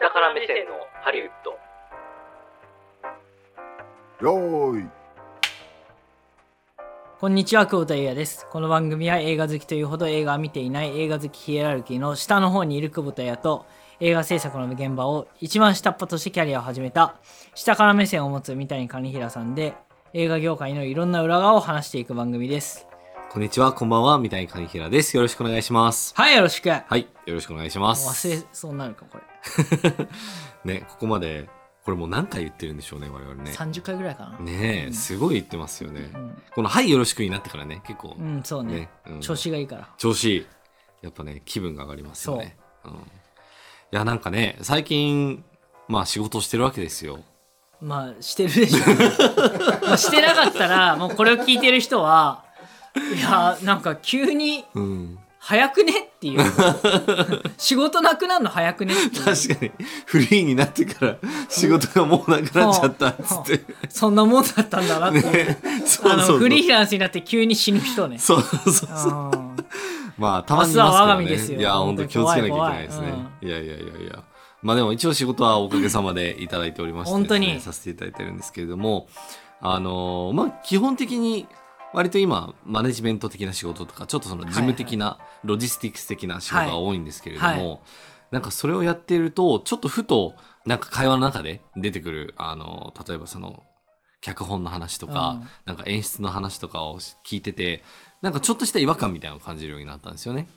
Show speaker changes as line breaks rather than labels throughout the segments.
下から目線のハリウッド
よーい
こんにちは、久保田裕也です。この番組は映画好きというほど映画は見ていない映画好きヒエラルキーの下の方にいる久保田裕也と映画制作の現場を一番下っ端としてキャリアを始めた下から目線を持つ三谷兼平さんで映画業界のいろんな裏側を話していく番組です。
こんにちは、こんばんは、三谷兼平です。よろしくお願いします。
はい、よろしく。も
はい、よろしくお願いし
う
ます。
忘れそうになるか、これ。
ね、ここまで、これもう何回言ってるんでしょうね、我々ね。
30回ぐらいかな。
ねえ、すごい言ってますよね
う。ん、
この、はい、よろしくになってからね、結構、
うん、そうね
ね、うん
調子がいいから。
調子いい。やっぱね、気分が上がりますよね。うん、いや、なんかね、最近、まあ仕事してるわけですよ。
まあ、してるでしょ。 まあしてなかったら、もうこれを聞いてる人は、いや、なんか急に、
うん。
早くねっていう 仕事なくなるの早くねっていう
確かに、フリーになってから仕事がもうなくなっちゃった、つって。
そんなもんだったんだなっていう、
そう
あ
そうそ
の
う。
フリーランスになって急に死ぬ人ね
そうそうそう。
うん
まあ、たまにいます
明日は
け
我
ど
が身
ね。
ですよ
いや、
本
本
当
当
に
気をつけなきゃいけ
怖い
ないですね。
怖
いやいやいやいや。まあでも一応仕事はおかげさまでいただいておりまして、
本当に
させていただいてるんですけれども、あのーまあ基本的に割と今、マネジメント的な仕事とか、ちょっとその事務的な、ロジスティックス的な仕事が多いんですけれども、
はいは
なんかそれをやっていると、ちょっとふと、なんか会話の中で出てくる、あのー例えばその、脚本の話とか、
うん
なんか演出の話とかを聞いてて、なんかちょっとした違和感みたいなのを感じるようになったんですよね。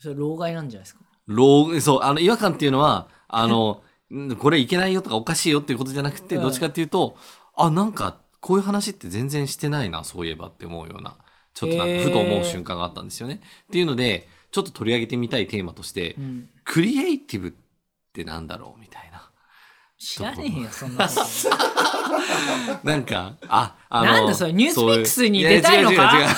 それ老害なんじゃないですか
老そう、あの、違和感っていうのは、あの、 んこれいけないよとかおかしいよっていうことじゃなくて、
うん
どっちかっていうと、あ、なんか、こういう話って全然してないな、そういえばって思うような、ちょっとなん
へ
か
ー
ふと思う瞬間があったんですよね。っていうので、ちょっと取り上げてみたいテーマとして
う、ん
クリエイティブってなんだろうみたいな。
知らねえよそんなこと
なんか、あ、あ
なんだそれニュース
そう
ピックスに
や
出たいのか
違う違う違う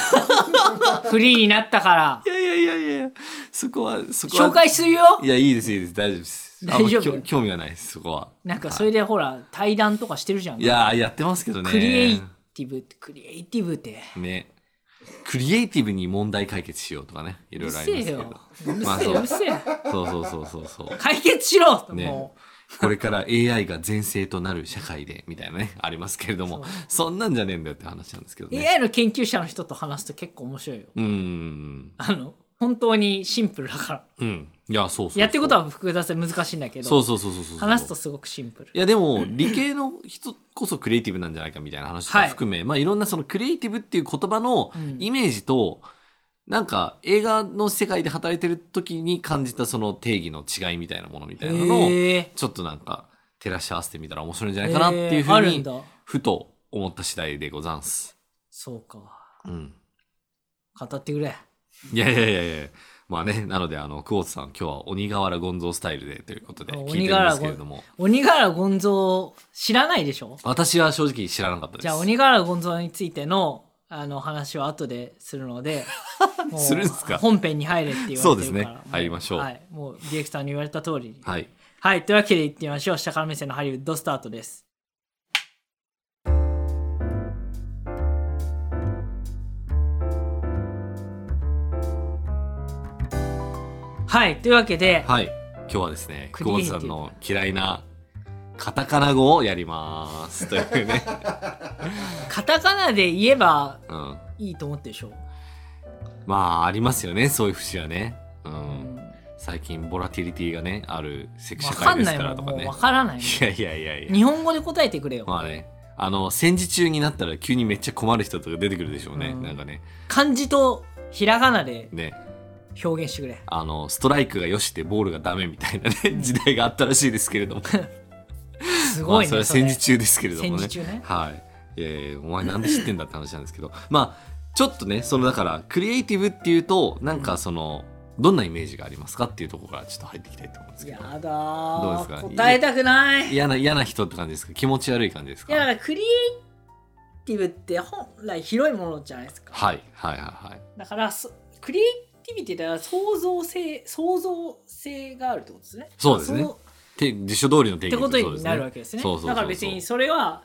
フリーになったから
いやいやいやいや、そこは、そこは。
紹介するよ
いや、いいです、いいです、大丈夫です。あんま
大丈夫
きょ興味はないです、そこは。
なんかそれでほら対談とかしてるじゃん
いやー、やってますけどね。
クリエイティブってクリエイティブって
ね。クリエイティブに問題解決しようとかね、いうろ
る
いろあ
せ
りま
え
すけ
よ
ど。
うる
まあ
せえ
そう
うるせえ
そうそうそうそうそう。
解決しろ、
ね
も
これから AI が全盛となる社会で、みたいなね、ありますけれども、そんなんじゃねえんだよって話なんですけど
う
ね。
AI の研究者の人と話すと結構面白いよ
うーん。
あの本当にシンプルだから
うん。いや、そうそうそう。
やってることは複雑で難しいんだけど
そうそうそうそうそうそう。
話すとすごくシンプル
いやでも理系の人こそクリエイティブなんじゃないかみたいな話とか含め、い、まあいろんなそのクリエイティブっていう言葉の
うん
イメージと、なんか映画の世界で働いてる時に感じたその定義の違いみたいなものみたいなのを
え
ちょっとなんか照らし合わせてみたら面白いんじゃ
ー
ないかなっていうふ
あ
う
るん
に
だ
ふと思った次第でござんす。
そうか
うん、
語ってくれ
いやいやいやいやまあねなのであの久保田さん今日は鬼瓦ゴンゾースタイルでということで
あ
聞いてるんですけれども
鬼瓦ゴンゾー知らないでしょ
私は正直知らなかったです。
じゃあ鬼瓦ゴンゾーについてのあの話は後でするのでもう
するんすか
本編に入れって言われてるから
そうですね
も
入りましょう
はい、もうディレクターに言われた通りに
はい
はい、というわけで行ってみましょう。下から目線のハリウッドスタートです。はい、というわけで、
はい、今日はですね、
ク
久
リエイ
保
ティブ
田さんの嫌いなカタカナ語をやります。とい うね、
カタカナで言えば
うん、
いいと思ってるでしょ。
まあありますよね、そういう節はね。う、
うんん
最近ボラティリティがねあるセクシ
わ
ャ
か
会
ん
で
な
す
い
から
も
と
ん、
か
もう
ね
わ。からないも
いやいやいやい
ん。
や。
日本語で答えてくれよ。
まあね、あの戦時中になったら急にめっちゃ困る人とか出てくるでしょうね。
うん
なんかね、
漢字とひらがなで
ね、
表現してくれ。
あのストライクがよしでボールがダメみたいなね時代があったらしいですけ れども、
す
ま
ご
あ
いね。
それは
それ
戦時中ですけれどもね。
戦時中ね。
はい。えー、お前なんで知ってんだって話なんですけど、 まあ、ちょっとね、そのだから、クリエイティブっていうと、なんかその、どんなイメージがありますかっていうところからちょっと入っていきたいと思うんですけ
や
ど。
だー
どうですか
答えたくない。
嫌な、嫌な人って感じですか気持ち悪い感じです
い
か
やだ
はい、
からクリエイティブって本来広いものじゃないですか、
はい、はい、はい。
だからそクリエイティビティだから創造性創造性があるってことですね
そうですね
そ
て、辞書通りの定
っ
義
てことになるわ
け
けですね
そうそうそうそ
だ
う
から別にそれは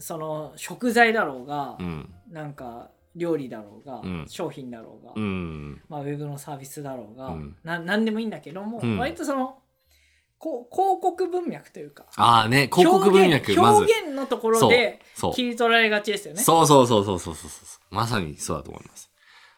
その食材だろうが、
うん。
なんか料理だろうが、
うん
商品だろうが、
うん。
まあ、ウェブのサービスだろうが、
うん
な何でもいいんだけども、
うん
割とそのこう広告文脈というか
ああね、広告文
表
脈、
現
まず。
表現のところで
そうそう
切り取られがちですよね。
そうそうそうそうそうそうそう。まさにそうだと思います。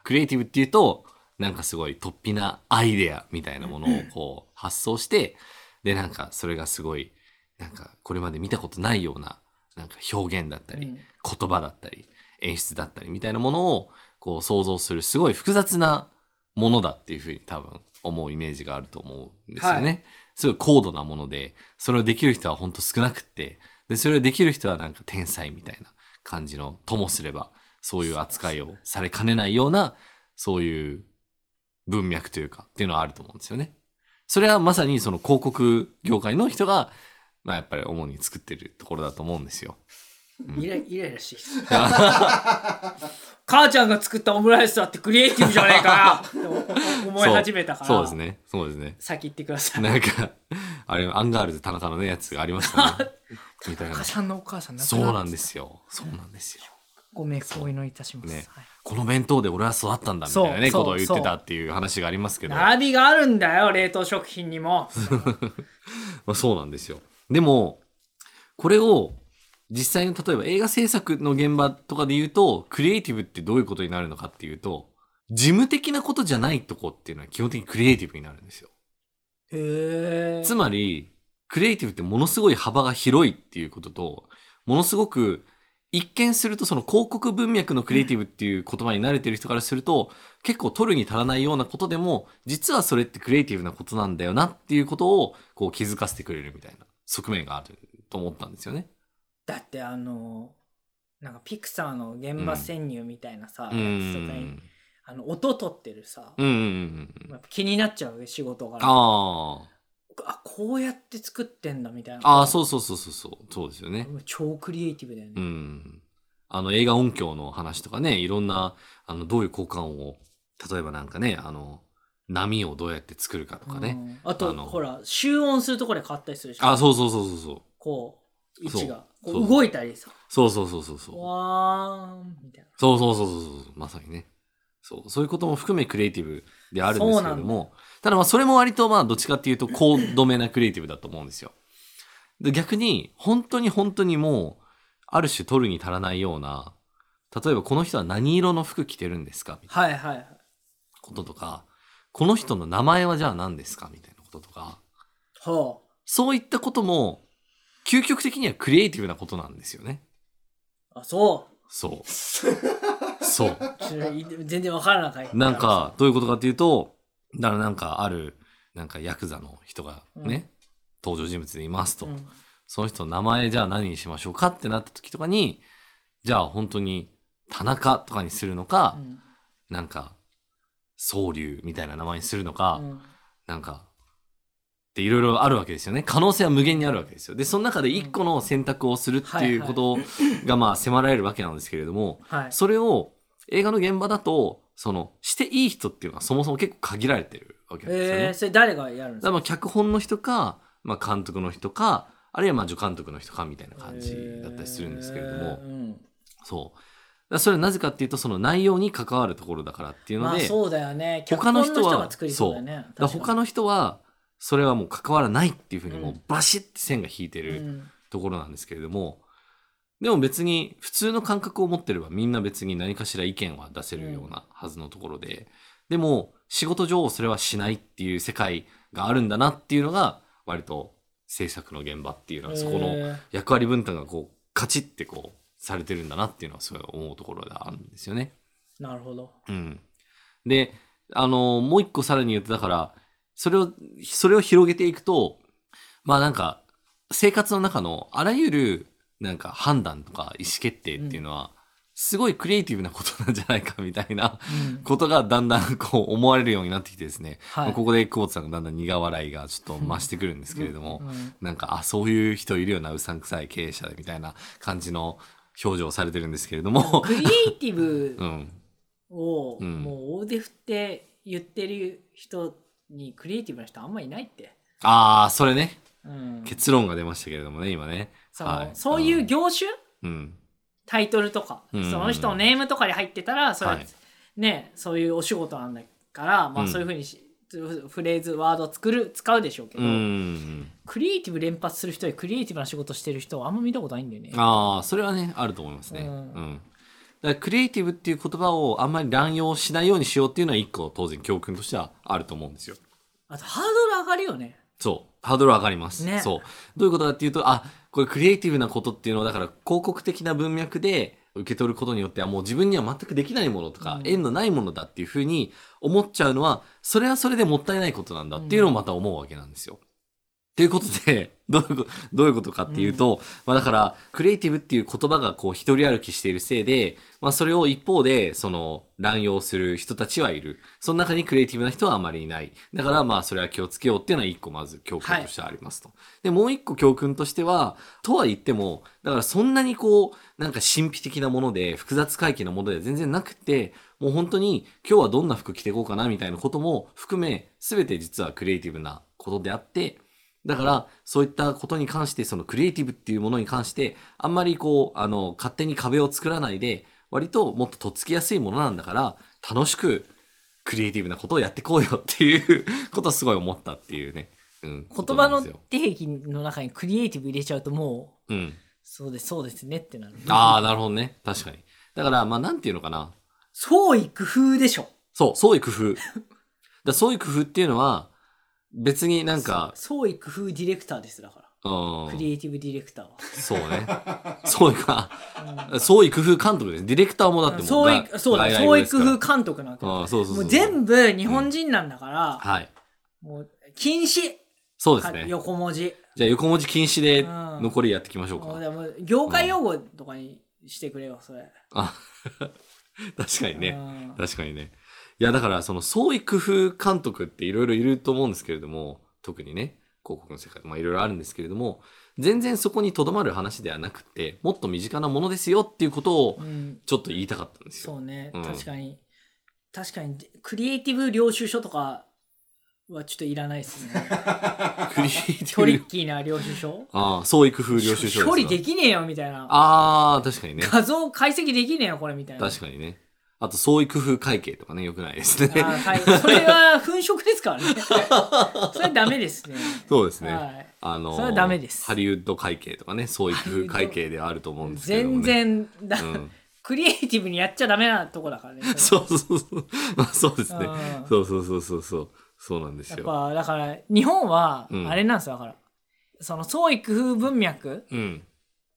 クリエイティブっていうと、なんかすごい突飛なアイデアみたいなものをこう発想して、で、なんかそれがすごい、なんかこれまで見たことないような、なんか表現だったり、
うん
言葉だったり、演出だったりみたいなものをこう想像するすごい複雑なものだっていうふうに多分思うイメージがあると思うんですよね。
は
すごい高度なもので、それをできる人は本当少なくって、で、それをできる人はなんか天才みたいな感じの、ともすれば、そういう扱いをされかねないような、そういう文脈というか、っていうのはあると思うんですよね。それはまさにその広告業界の人が、まあやっぱり主に作ってるところだと思うんですよ。
イライライラしてきた 母ちゃんが作ったオムライスだってクリエイティブじゃねえかよ って思い始めたから
そうそうですね。そうですね。
先行ってください。
なんか、あれ、アンガールズ田中のやつがありました ね。みたい
お
な
母。さんのお母さん亡く
そ
っ
う
た
なんですよ。そうなんですよ。
ご冥福をお祈りいたします。
ね
はい
この弁当で俺は育ったんだみたいなね、
そう
ことを言っ
そう
てたっていう話がありますけど。ま
並びがあるんだよ冷凍食品にも。
あそうなんですよ。でも、これを、実際の例えば映画制作の現場とかで言うと、クリエイティブってどういうことになるのかっていうと、事務的なことじゃないとこっていうのは基本的にクリエイティブになるんですよ。
へえ
つまり、クリエイティブってものすごい幅が広いっていうことと、ものすごく、一見するとその広告文脈のクリエイティブっていう言葉に慣れてる人からすると、結構取るに足らないようなことでも、実はそれってクリエイティブなことなんだよなっていうことを、こう気づかせてくれるみたいな側面があると思ったんですよね。
だってあのなんかピクサーの現場潜入みたいなさ、
うん。う
やつとかに
ん
あの音取ってるさ、
うんうんうん。
やっぱ気になっちゃうよ仕事から。
あ
あこうやって作ってんだみたいな。
あ。ああ、そうそうそうそうそう。そうですよね。
超クリエイティブだよね。
うん。あの映画音響の話とかね、いろんな、あの、どういう効果音を、例えばなんかね、あの、波をどうやって作るかとかね。
うんあと
あの
ほら集音するところで変わったりするし
あ、そうそうそうそうそう。
こう位置が
そう
こう
そう
動いたりさ
そうそうそうそうそう。
わーんみたいな
そうそうそうそうそう、まさにね。そう、そういうことも含めクリエイティブであるんですけれど
そうな
も、ただまあそれも割とまあどっちかっていうと高度めなクリエイティブだと思うんですよ。で逆に、本当に本当にもう、ある種取るに足らないような、例えばこの人は何色の服着てるんですかみたいな
はいはいはい
こととか、この人の名前はじゃあ何ですかみたいなこととか、
ほ
そういったことも、究極的にはクリエイティブなことなんですよね。
うあそ
そう。そう。
うそれい全然わからなかった
なんか、どういうことかっていうと、だからなんかある、なんかヤクザの人がね、登場人物でいますと。
うん
その人の名前じゃあ何にしましょうかってなった時とかに、じゃあ本当に田中とかにするのか
う、ん
なんか、総流みたいな名前にするのか、
うん
なんか、っていろいろあるわけですよね。可能性は無限にあるわけですよ。で、その中で一個の選択をするっていうことが、まあ、迫られるわけなんですけれども、
はい
それを映画の現場だと、その、していい人っていうのはそもそも結構限られてるわけなんですよね。
えー、それ誰がやるんですか
だからまあ、脚本の人か、まあ、監督の人か、あるいはまあ助監督の人かみたいな感じだったりするんですけれども
えー、うん
そう。だからそれはなぜかっていうと、その内容に関わるところだからっていうの
まあ
で、
そうだよね
他の人は
脚本が作りそうだよね
だから他
の
の人はそれはもう関わらないっていうふうにも
う
うんバシッて線が引いて
う
る
ん
ところなんですけれども、でも別に普通の感覚を持ってればみんな別に何かしら意見は出せるようなはずのところで、でも仕事上それはしないっていう世界があるんだなっていうのが割と制作の現場っていうのはそこの
えー
役割分担がこうカチッてこうされてるんだなっていうのはすごい思うところであるんですよね。
なるほど
うん、であのもう一個さらに言うとだからそれをそれを広げていくとまあなんか生活の中のあらゆるなんか判断とか意思決定っていうのは、すごいクリエイティブなことなんじゃないかみたいな
うん
ことがだんだんこう思われるようになってきてですね、
は
まあここで久保田さんがだんだん苦笑いがちょっと増してくるんですけれども、
うん
なんか、あ、そういう人いるよな、うさんくさい経営者でみたいな感じの表情をされてるんですけれども、
クリエイティブ
うん、
を
うん
もう大手振って言ってる人にクリエイティブな人あんまいないって、
ああ、それね。
うん、
結論が出ましたけれどもね、今ね。
そのそういう業種
うん。
タイトルとか、
うん
その人のネームとかに入ってたらそれ、
はい
ねそういうお仕事なんだから、まあ、
うん
そういうふうにしつフレーズワードを作る使うでしょうけど、
うん。
クリエイティブ連発する人でクリエイティブな仕事してる人はあんま見たことないんだよね。
ああ、それはね、あると思いますね。
う
うんん。だからクリエイティブっていう言葉をあんまり乱用しないようにしようっていうのは一個当然教訓としてはあると思うんですよ。
あとハードル上がるよね。
そう。ハードル上がります。
ね
そう。どういうことかっていうと、あ、これクリエイティブなことっていうのは、だから広告的な文脈で受け取ることによっては、もう自分には全くできないものとか、
うん
縁のないものだっていうふうに思っちゃうのは、それはそれでもったいないことなんだっていうのをまた思うわけなんですよ。っていうことで、 どういうこと、どういうことかっていうと、まあだから、クリエイティブっていう言葉がこう一人歩きしているせいで、まあそれを一方で、その、乱用する人たちはいる。その中にクリエイティブな人はあまりいない。だからまあそれは気をつけようっていうのは一個まず教訓としてありますと。で、もう一個教訓としては、とは言っても、だからそんなにこう、なんか神秘的なもので、複雑回帰なものでは全然なくて、もう本当に今日はどんな服着ていこうかなみたいなことも含め、すべて実はクリエイティブなことであって、だから、そういったことに関して、そのクリエイティブっていうものに関して、あんまりこう、あの、勝手に壁を作らないで、割ともっととっつきやすいものなんだから、楽しくクリエイティブなことをやってこうよっていうことをすごい思ったっていうね。うん。
言葉
ことな
の
んですよ
定義の中にクリエイティブ入れちゃうともう
うん。
そうですそうですねってなる。
ああ、なるほどね。確かに。だから、まあ、なんていうのかな。
創意工夫でしょ。
そう、そういう工夫。だそういう工夫っていうのは、別になんか、
創意工夫ディレクターですだから。
うん
クリエイティブディレクターは。
そうね。そういうか、そういう工夫監督です。ディレクターもだっても
創意
が
そうだ
外来
創
語
意
です
工
から
夫監督なわけだ
ああそうそう
も
そうう。
全部日本人なんだから、
はい。
もう禁止、
そうですね。
横文字。
じゃあ横文字禁止で
うん
残りやっていきましょう
もう
か。
でも業界用語とかにしてくれよ、それ。
あ確かに
う
ね。
ん
確かにね。いや、だから、その、創意工夫監督っていろいろいると思うんですけれども、特にね、広告の世界、まあいろいろあるんですけれども、全然そこにとどまる話ではなくて、もっと身近なものですよっていうことを
う、ん、
ちょっと言いたかったんですよ。
そうね、
うん
確かに。確かに、クリエイティブ領収書とかはちょっといらないですね。
クリエイテ
トリ
ィブ
ッ。キーな領収書
ああ、創意工夫領収書ですか
処理できねえよ、みたいな。
ああ、確かにね。
画像解析できねえよ、これ、みたいな。
確かにね。あと、創意工夫会計とかね、良くないですね。
あはい、 それは粉飾ですからね。それはダメですね。
そうですね。
はい
あのー
それはダメです
ハリウッド会計とかね、創意工夫会計ではあると思うんですけれども、
全
ね。。
然だ、
うん。
クリエイティブにやっちゃダメなとこだからね。う
そうそうそう。 まあ、そうですね。
ん
そうそうそうそうそう。そうなんです
やっ
よ。
ぱだから日本は
うん
あれなんですよ、だからその創意工夫文脈
うん。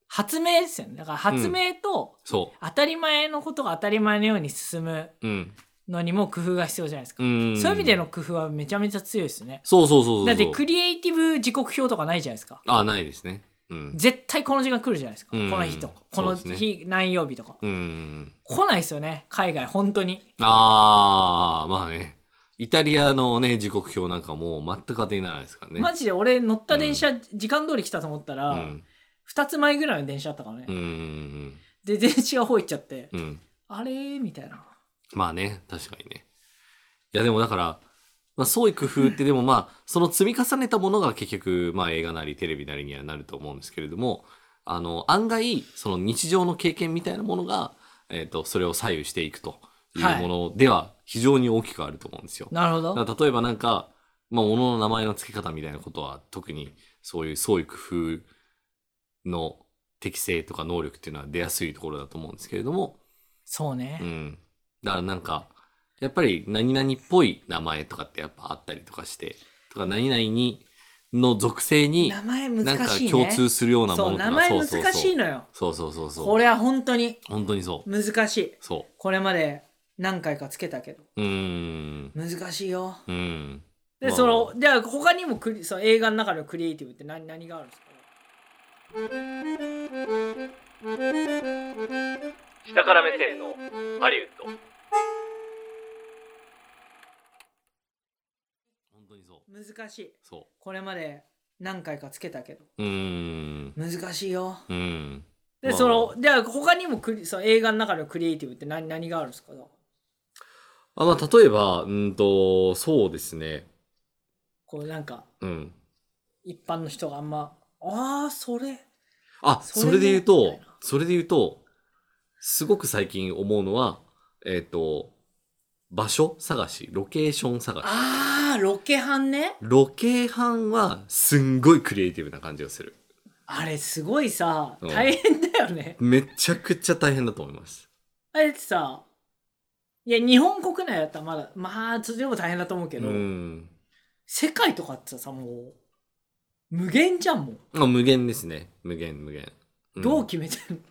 発明ですよねだから発明と
そ
当たり前のことが当たり前のように進む
う。うん。
のにも工夫が必要じゃないですか、
うん。
そういう意味での工夫はめちゃめちゃ強いですね
そうそうそうそう。
だってクリエイティブ時刻表とかないじゃないですか
あ、ないですね。うん。
絶対この時間来るじゃないですか、
うん
この日とかこ
そう
の
ですね
日、何曜日とか
うん。
来ないですよね海外本当に
ああ、まあね。イタリアのね、時刻表なんかもう全く当てにならないですからね。
マジで俺乗った電車、時間通り来たと思ったら、
うん。
2つ前ぐらいの電車だったからね、
うん。
で電池が方行っちゃって、
うん。
あれーみたいな
まあね、確かにね。いや、でもだから、まあ、創意工夫ってでもまあ、その積み重ねたものが結局、まあ映画なりテレビなりにはなると思うんですけれども、あの、案外、その日常の経験みたいなものが、えっ、と、それを左右していくというものでは非常に大きくあると思うんですよ。
なるほど
だから例えばなんか、まあ、物の名前の付け方みたいなことは特にそういう創意工夫の適性とか能力っていうのは出やすいところだと思うんですけれども、
そうね、
うん。だからなんか、やっぱり何々っぽい名前とかってやっぱあったりとかして、とか何々に、の属性に、
名前
な
難
んか
しいね
共通するようなも
そ
の
う
とか
名前
そう
難しい
そう
のよ
そうそうそうそう。
これは本当に
本当にそう。
難しい
そ
これまで何回かつけたけど
う。うーん。
難しいよ
うん。
で、
まあ
そのでは他にもクリその映画の中のクリエイティブって何何があるんですか
下から目線のハリウッド
本当にそう。
難しい
そ
これまで何回かつけたけど
う。うーん。
難しいよ
うん。
で、
まあ
そのでは他にもクリその映画の中のクリエイティブって何何があるんですか
あまあ、例えば、うんと、そうですね。
こうなんか
うん。
一般の人があんまああそれ
あ、
それ
それで言う
みた
と
いな、
それで言うと、すごく最近思うのは、えっ、と、場所探し、ロケーション探し。
あー、ロケハンね。
ロケハンはすんごいクリエイティブな感じがする。
あれ、すごいさ、
うん
大変だよね。
めちゃくちゃ大変だと思います。
あれってさ、いや、日本国内だったらまだ、まあ、それでも大変だと思うけ
う
ど、
ん。
世界とかってさ、もう、無限じゃん、もう。
まあ無限ですね。無限無限。うん
どう決めてるの、
い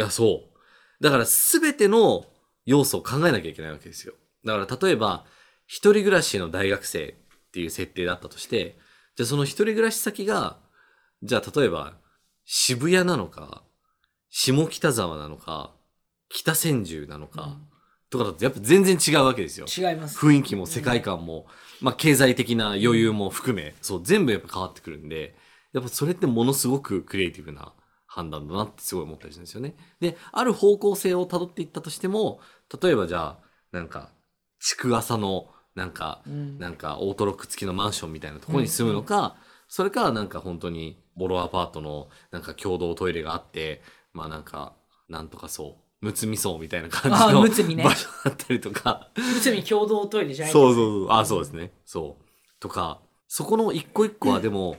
や、そう。だから全ての要素を考えなきゃいけないわけですよ。だから例えば、一人暮らしの大学生っていう設定だったとして、じゃあその一人暮らし先が、じゃあ例えば、渋谷なのか、下北沢なのか、北千住なのか、とかだとやっぱ全然違うわけですよ。
違います。
雰囲気も世界観も、まあ、経済的な余裕も含め、そう、全部やっぱ変わってくるんで、やっぱそれってものすごくクリエイティブな判断だなってすごい思ったりするんですよね。で、ある方向性を辿っていったとしても、例えばじゃあ、なんか、築浅の、なんか、
うん
なんか、オートロック付きのマンションみたいなところに住むのか、それか、なんか本当に、ボロアパートの、なんか共同トイレがあって、まあなんか、なんとかそう、むつみそうみたいな感じ
あ
の
むつみね
場所だったりとか、
内海共同トイレじゃない
そうそうそう。あ、そうですね。そう。とか、そこの一個一個はでも、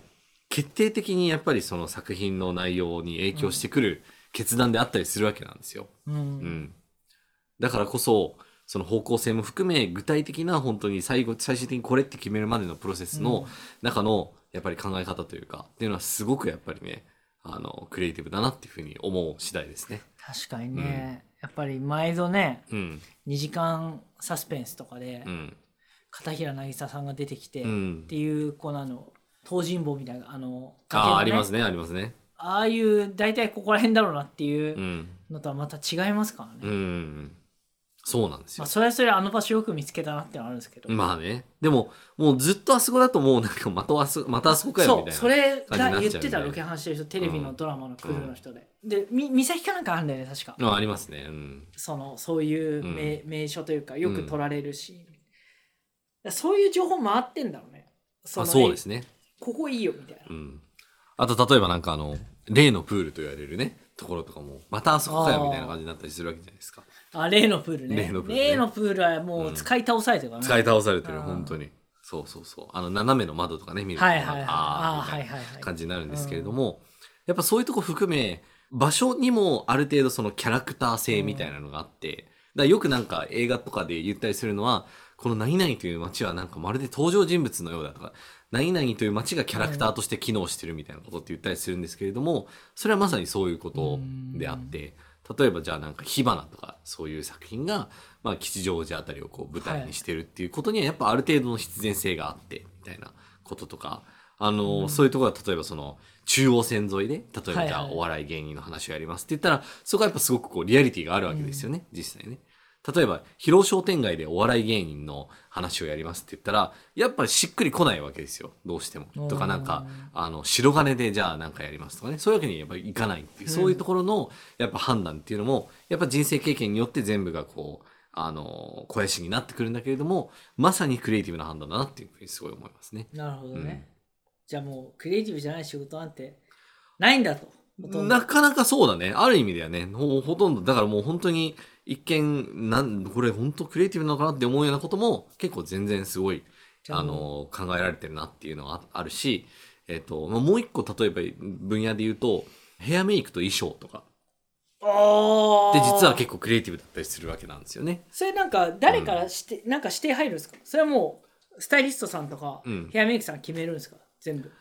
決定的にやっぱりその作品の内容に影響してくる決断であったりするわけなんですよ。
う。うん
う。ん。だからこそ、その方向性も含め、具体的な本当に最後、最終的にこれって決めるまでのプロセス
うん
の中の、やっぱり考え方というか、っていうのはすごくやっぱりね、あの、クリエイティブだなっていうふうに思う次第ですね。
確かにね、やっぱり毎度ね
うん。
2時間サスペンスとかで
うん。
片平渚さんが出てきて、
う
っ
ん
て。いうこうなの東尋坊みたいなあの
ああー、あります
ね
ね、ありますね。。
ああいう大体ここら辺だろうなっていううんのとはまた違いますからね、
うん。そうなんですよ
まあ、。それはそれであの場所よく見つけたなってのはあるんですけど、
まあね。でも、もうずっとあそこだともうなんかまたあそ、またあそこかよみ
そ
たいう
そ
な。
れが言っ
感
て
じにな
た
っちゃう
ロ
みた
ケ
い
ハンしてる人テレビのドラマのクルーの人で、でみ三崎かなんかあるんだよね確か、
うんありますね。うん。
そのそういう名,、名所というかよく取られるし、そういう情報回ってんだろうねそ
あ
の
そうですね。
ここいいよみたいな、
うん。あと、例えばなんかあの、例のプールと言われるね、ところとかも、またあそこか
あ
よ
ー
みたいな感じになったりするわけじゃないですか。
あ例のプールね
例のプールね
例のプールはもう使い倒されてるからね、
使い倒されてる、
あー
本当に。そうそうそう。あの、斜めの窓とかね、見ると
はい
なんか、
はいはい
あ
あ
ーみ
ー
たい
は
ない
はいはい
感じになるんですけれども、やっぱそういうとこ含め場所にもある程度そのキャラクター性みたいなのがあって、だからよくなんか映画とかで言ったりするのはこの何々という街はなんかまるで登場人物のようだとか何々という街がキャラクターとして機能してるみたいなことって言ったりするんですけれどもそれはまさにそういうことであって。例えばじゃあなんか火花とかそういう作品が、まあ、吉祥寺あたりをこう舞台にしてるっていうことにはやっぱある程度の必然性があってみたいなこととかあの、そういうところは例えばその中央線沿いで例えばじゃ
はい
あ
はい
お笑い芸人の話をやりますって言ったらそこはやっぱすごくこうリアリティがあるわけですよね、実際ね。例えば広尾商店街でお笑い芸人の話をやりますって言ったらやっぱりしっくりこないわけですよどうしても。とかなんかあの白金でじゃあなんかやりますとかねそういうわけにやっぱりいかないっていうそういうところのやっぱ判断っていうのもやっぱ人生経験によって全部がこうあの肥やしになってくるんだけれどもまさにクリエイティブな判断だなっていうふうにすごい思いますね。
なるほどね、
うん
じゃあもうクリエイティブじゃない仕事なんてないんだとほとんど
なかなかそうだね。ある意味だよね。ほほとんど、だからもう本当に一見、なん、これ本当クリエイティブなのかなって思うようなことも結構全然すごい、
じゃあ
あの、考えられてるなっていうのはああるし、えっと、まあもう一個例えば分野で言うと、ヘアメイクと衣装とか
あ
って
ー
実は結構クリエイティブだったりするわけなんですよね。
それなんか誰からして、なんか指定入るんですかそれはもうスタイリストさんとか、
うん
ヘアメイクさん決めるんですか全部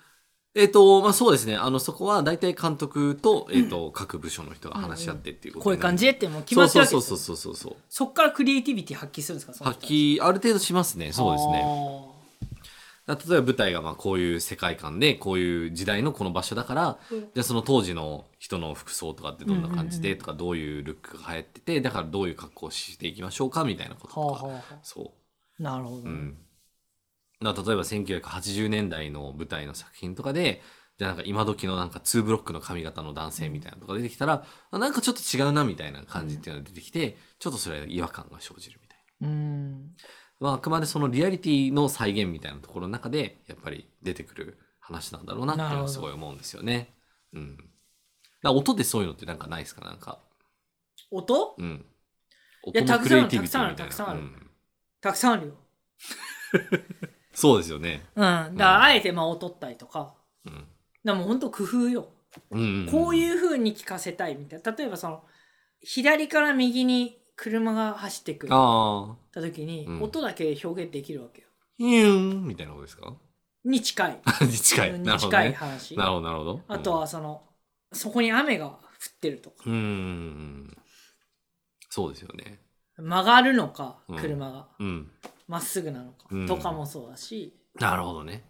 えっと、まあそうですね。あの、そこは大体監督と、えっと、各部署の人が話し合ってっていうこと
こういう感じ
で
でってもう決まってるわけ
そ
で
う
す
そうそうそうそうそう。
そっからクリエイティビティ発揮するんですかその人
発
たち
揮、ある程度しますね。そうですね。
あー
例えば舞台がまあこういう世界観でこういう時代のこの場所だから、じゃあその当時の人の服装とかってどんな感じでとかどういうルックが流行っててだからどういう格好をしていきましょうかみたいなこととか、
はあはあはあ
そ
なるほどね、
う、うん、だから例えば1980年代の舞台の作品とかでじゃあなんか今時のなんか2ブロックの髪型の男性みたいなのとか出てきたら、あなんかちょっと違うなみたいな感じっていうのが出てきて、ちょっとそれは違和感が生じるみたいな。
うん
まあ、あくまでそのリアリティの再現みたいなところの中でやっぱり出てくる話なんだろうなっていうのはすごい思うんですよね。うん、だから音でそういうのってなんかないですかなんか、
音
うん、
や
音のクリエイティビティみたいな
たくさんあるたくさんある
うん
たくさんあるよ。
そうですよね。
うん。だから、あえて間を取ったりとか。
うん。
でも、本当工夫よ。
うん、
こう
う
いう風に聞かせたいみたいな。例えば、その、左から右に車が走ってく
ん。
る。
ああ。
った時に、
うん
音だけ表現できるわけよ。
ヒューンみたいなことですか
に近い。
に近い。な
に
るほど、
近い
ね。
話。
なるほど、なるほど。
あとはその、そこに雨が降ってるとか。
うん。うん。そうですよね。
曲がるのか
うん、
車が。
うん。
ま、っすぐなのか、
うん
とかもそうだし、
なるほどね。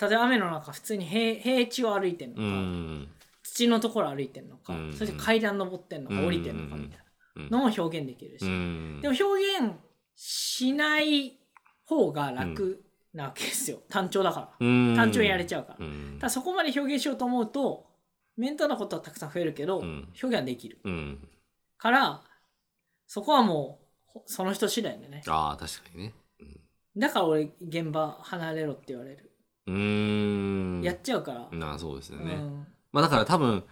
例えば雨の中、普通に平平地を歩いてるの
う
か、
ん。
土のところ歩いてるのか、
うん
そして階段登ってるのか、
うん
降りてるのかみたい
うん
なのも表現できるし。
うん。
でも表現しない方が楽なわけですよ。単調だから。
うん、
単調にやれちゃうから
う。ん
ただそこまで表現しようと思うとメンタルなことはたくさん増えるけど、
うん
表現はできる
うん。
からそこはもうその人次第でね
ああ、確かにね。
だから俺現場離れろって言われる、
うーん。
やっちゃうから、
なあ、そうですよ
う
ね。
ん
まあだから多分、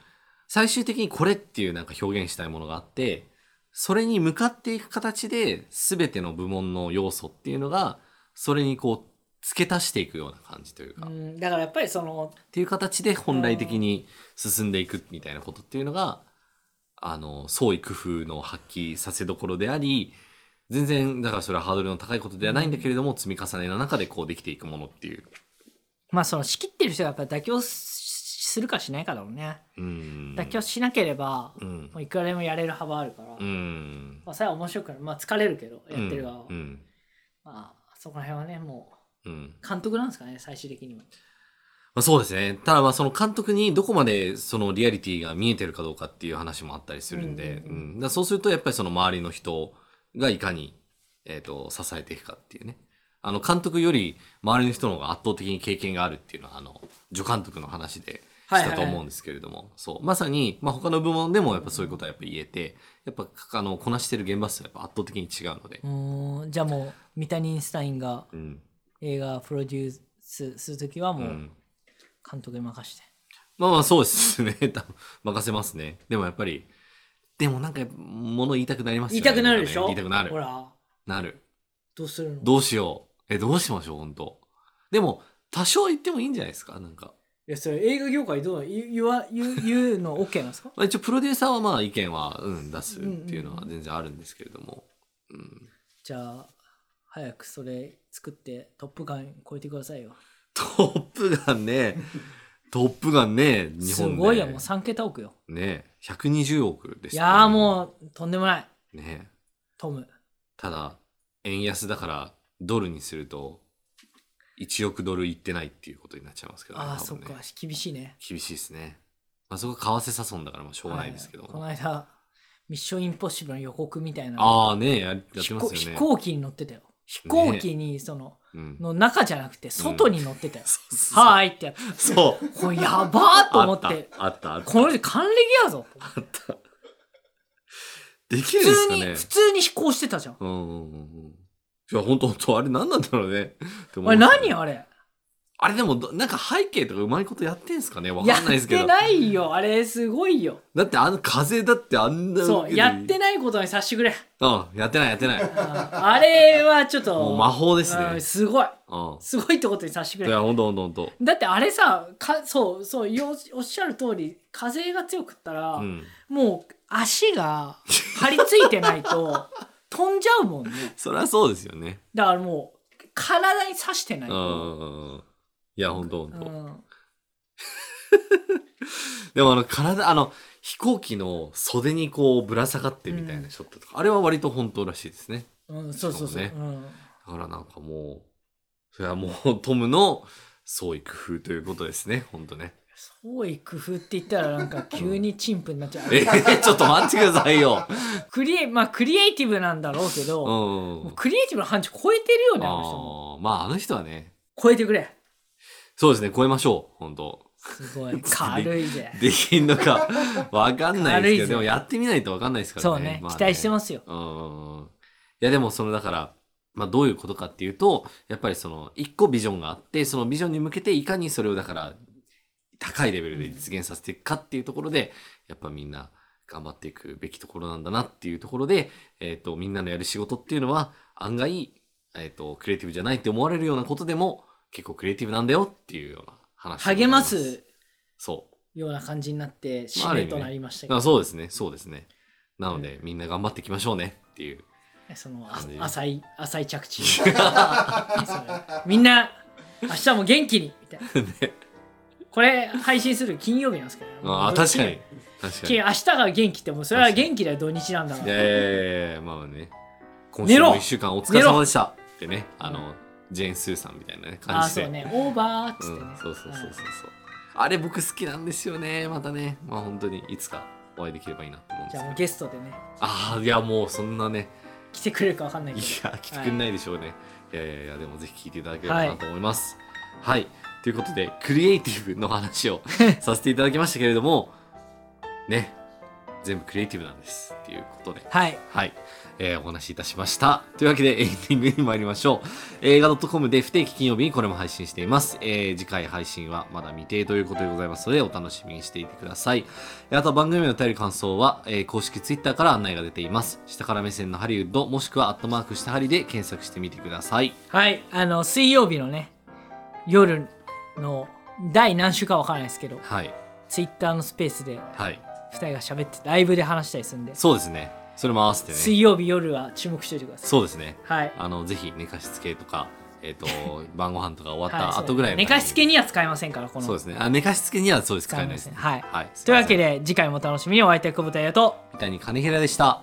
最終的にこれっていうなんか表現したいものがあって、それに向かっていく形で、全ての部門の要素っていうのが、それにこう、付け足していくような感じというか、
う
っ
んだからやっぱりその
ていう形で本来的に進んでいくみたいなことっていうのが、あの、創意工夫の発揮させどころであり、全然、だからそれはハードルの高いことではないんだけれども、積み重ねの中でこうできていくものっていう。
まあその仕切ってる人がやっぱり妥協しするかしないかだろうね、
うん。
妥協しなければ、
うん
も。ういくらでもやれる幅あるから、
うん。
まあそれは面白くないまあ疲れるけどやってる側は、
うん。
まあそこら辺はねも
うん。
う監督なんですかね最終的には
まあ、そうですね。ただまあその監督にどこまでそのリアリティが見えてるかどうかっていう話もあったりするんで、
うんうんうん
うんだからそうするとやっぱりその周りの人がいかに、えっ、と、支えていくかっていうね。あの、監督より周りの人の方が圧倒的に経験があるっていうのは、あの、助監督の話で
はい
し
はいは
た
い
と思うんですけれども、そう。まさに、まあ他の部門でもやっぱそういうことはやっぱ言えて、やっぱ、あの、こなしてる現場数はやっぱ圧倒的に違うので。
うんじゃあもう三谷インスタインが
うん。
映画プロデュースするときは
う
もうん監督に任して、
まあまあそうですね。 多分任せますね。でもやっぱり、でもなんか物言いたくなります
言
よ
いた
ね。
くなるでしょ、
んかね言い
ほ
たくなる。
ら
なる。
どうするの
どうしよう。え、どうしましょう、本当でも、多少言ってもいいんじゃないですかなんか。
いやそれ映画業界どう言う言わ言う言うの OK なんですか
まあ、一応プロデューサーはまあ意見は、うん、出すっていうのは全然あるんですけれども。うん。
じゃあ早くそれ作ってトップガン超えてくださいよ
トップガンね。トップガンね、日
す
本で。
ごいよもう3桁億よ
ね、120億です。
いやーもうとんでもないう
ね。
トム
ただ円安だからドルにすると1億ドルいってないっていうことになっちゃいますけど、ね、
ああ、
多
そっ
分ね
か厳しいね
厳しいですね、まあ、そこは為替差損だからもうしょうがないですけど、
はいこの間ミッションインポッシブルの予告みたいなの
ああねややってます
飛
よ
行
ね
飛行機に乗ってたよ飛行機にその、
うん、
の中じゃなくて外に乗ってたよ、
そうそう
はーいってやつ
そう
これやばーと思っ
あ
て
たあったあった
この人還暦やぞ
で
普
きるんです
通
か
に、
ね
普通に飛行してたじゃん
うんうんうんうんいや本当本当あれ何なんだろうねって思
あ
う
れ
んですけ
何
ど
あれ
あれでもどなんか背景とかうまいことやってんすかねわ
や
かんないで
っ
すけ
て
ど
ないよあれすごいよ
だってあの風だってあんな
そうやって
ない
ないことにさしてくれ
うんやってないやってない
ああれはちょっと
もう魔法です
う
ね
んすごい
うん
すごいってことにさしてく
い
れ
や、ほんとほんとほんと。
だってあれさかそうそうよおっしゃる通り風が強くったら、
うん。
もう足が張り付いてない と飛んじゃうもんね
そりゃそうですよね。
だからもう体に刺してな
う
い
ん
と、
うんうん。いや、ほんとほん
う
と。
ん
でも、あの、体、あの、飛行機の袖にこう、ぶら下がってみたいなショットとか、あれは割と本当らしいですね。
うん、そうそうそう。
しか
うん、
だからなんかもう、それはもう、トムの創意工夫ということですね、ほんとね。
創意工夫って言ったらなんか急にチンプになっちゃう。
え ー、ちょっと待ってくださいよ。
クリエまあクリエイティブなんだろうけ
う
ど、
んうん
も
う。
うんクリエイティブの範疇超えてるよね、あの人も。
あーまあ、あの人はね、
超えてくれ。
そうですね、超えましょう、ほんと。
す ごい。軽いぜ。
できん のか、わかんないで
軽
すけ
い
ど、
ぜ
でもやってみないとわかんないですからね。
そうね,、
まあ
期待してますよ。
うんいやでもそのだから、まあ、どういうことかっていうとやっぱりその一個ビジョンがあってそのビジョンに向けていかにそれをだから高いレベルで実現させていくかっていうところで、やっぱみんな頑張っていくべきところなんだなっていうところで、えっとみんなのやる仕事っていうのは案外えっ、と、クリエイティブじゃないって思われるようなことでも、結構クリエイティブなんだよっていうような話。
励ます。
そ
ような感じになって締
まあある意
め
味ね
となりましたけ
う。
ど、
あそうですね、そうですね。なので、みんな頑張っていきましょうねっていう。
その
感じ
あ浅い浅い着地 それみんな明日も元気にみたいな
ね
これ配信する金曜日なんですけどね
ああ、確 かに。確かに。
金明日が元気ってもうそれは元気だよ土日なんだか
い
ら
やいやいやいやまあね。今
寝
週
ろ
も一週間お疲れ様でしたってね、あの、ジェーン・スーさんみたいなね
あ
感
あ
じで。
そうねオーバーっつってね、
うん、そうそうそうそうそう
うん。
あれ僕好きなんですよね、またね。まあ本当にいつかお会いできればいいなと思うんで
じゃ
す
あもう
けど。
ゲストでね
ああ、いやもうそんなね、
来てくれるかわかんない
い
け
や、
ど
来てくんないでしょうね。い、やいやいや、でもぜひ聞いていただければなと思います。はい、ということで、クリエイティブの話をさせていただきましたけれども、ね、全部クリエイティブなんですっていうことで。
はい
はい、えーお話しいたしました。というわけでエンディングに参りましょう。映画 .com で不定期金曜日にこれも配信しています。えー次回配信はまだ未定ということでございますのでお楽しみにしていてください。えーあと番組へのお便り感想は、えー公式 Twitter から案内が出ています。下から目線のハリウッドもしくはアットマーク下ハリで検索してみてください。
はいあの水曜日のね夜の第何週かわからないですけど
はい。
ツイッターのスペースで
はい。
2人が喋ってライブで話したりするんで、
そうですね。それも合わせてね。
水曜日夜は注目しておいてください
そうですね。
はい
あの、ぜひ寝かしつけとか、えっ、と、晩ご飯とか終わっ
はい
た
そう
後ぐらいまで
寝かしつけには使えませんからこの
そうですね。あ寝かしつけにはそうです。使
使
え
え
ない
ま
です
せん
ね。
はい
はい。
というわけ
で、
で次回もお楽しみにお会いいたい久保田彩と
三谷金平でした。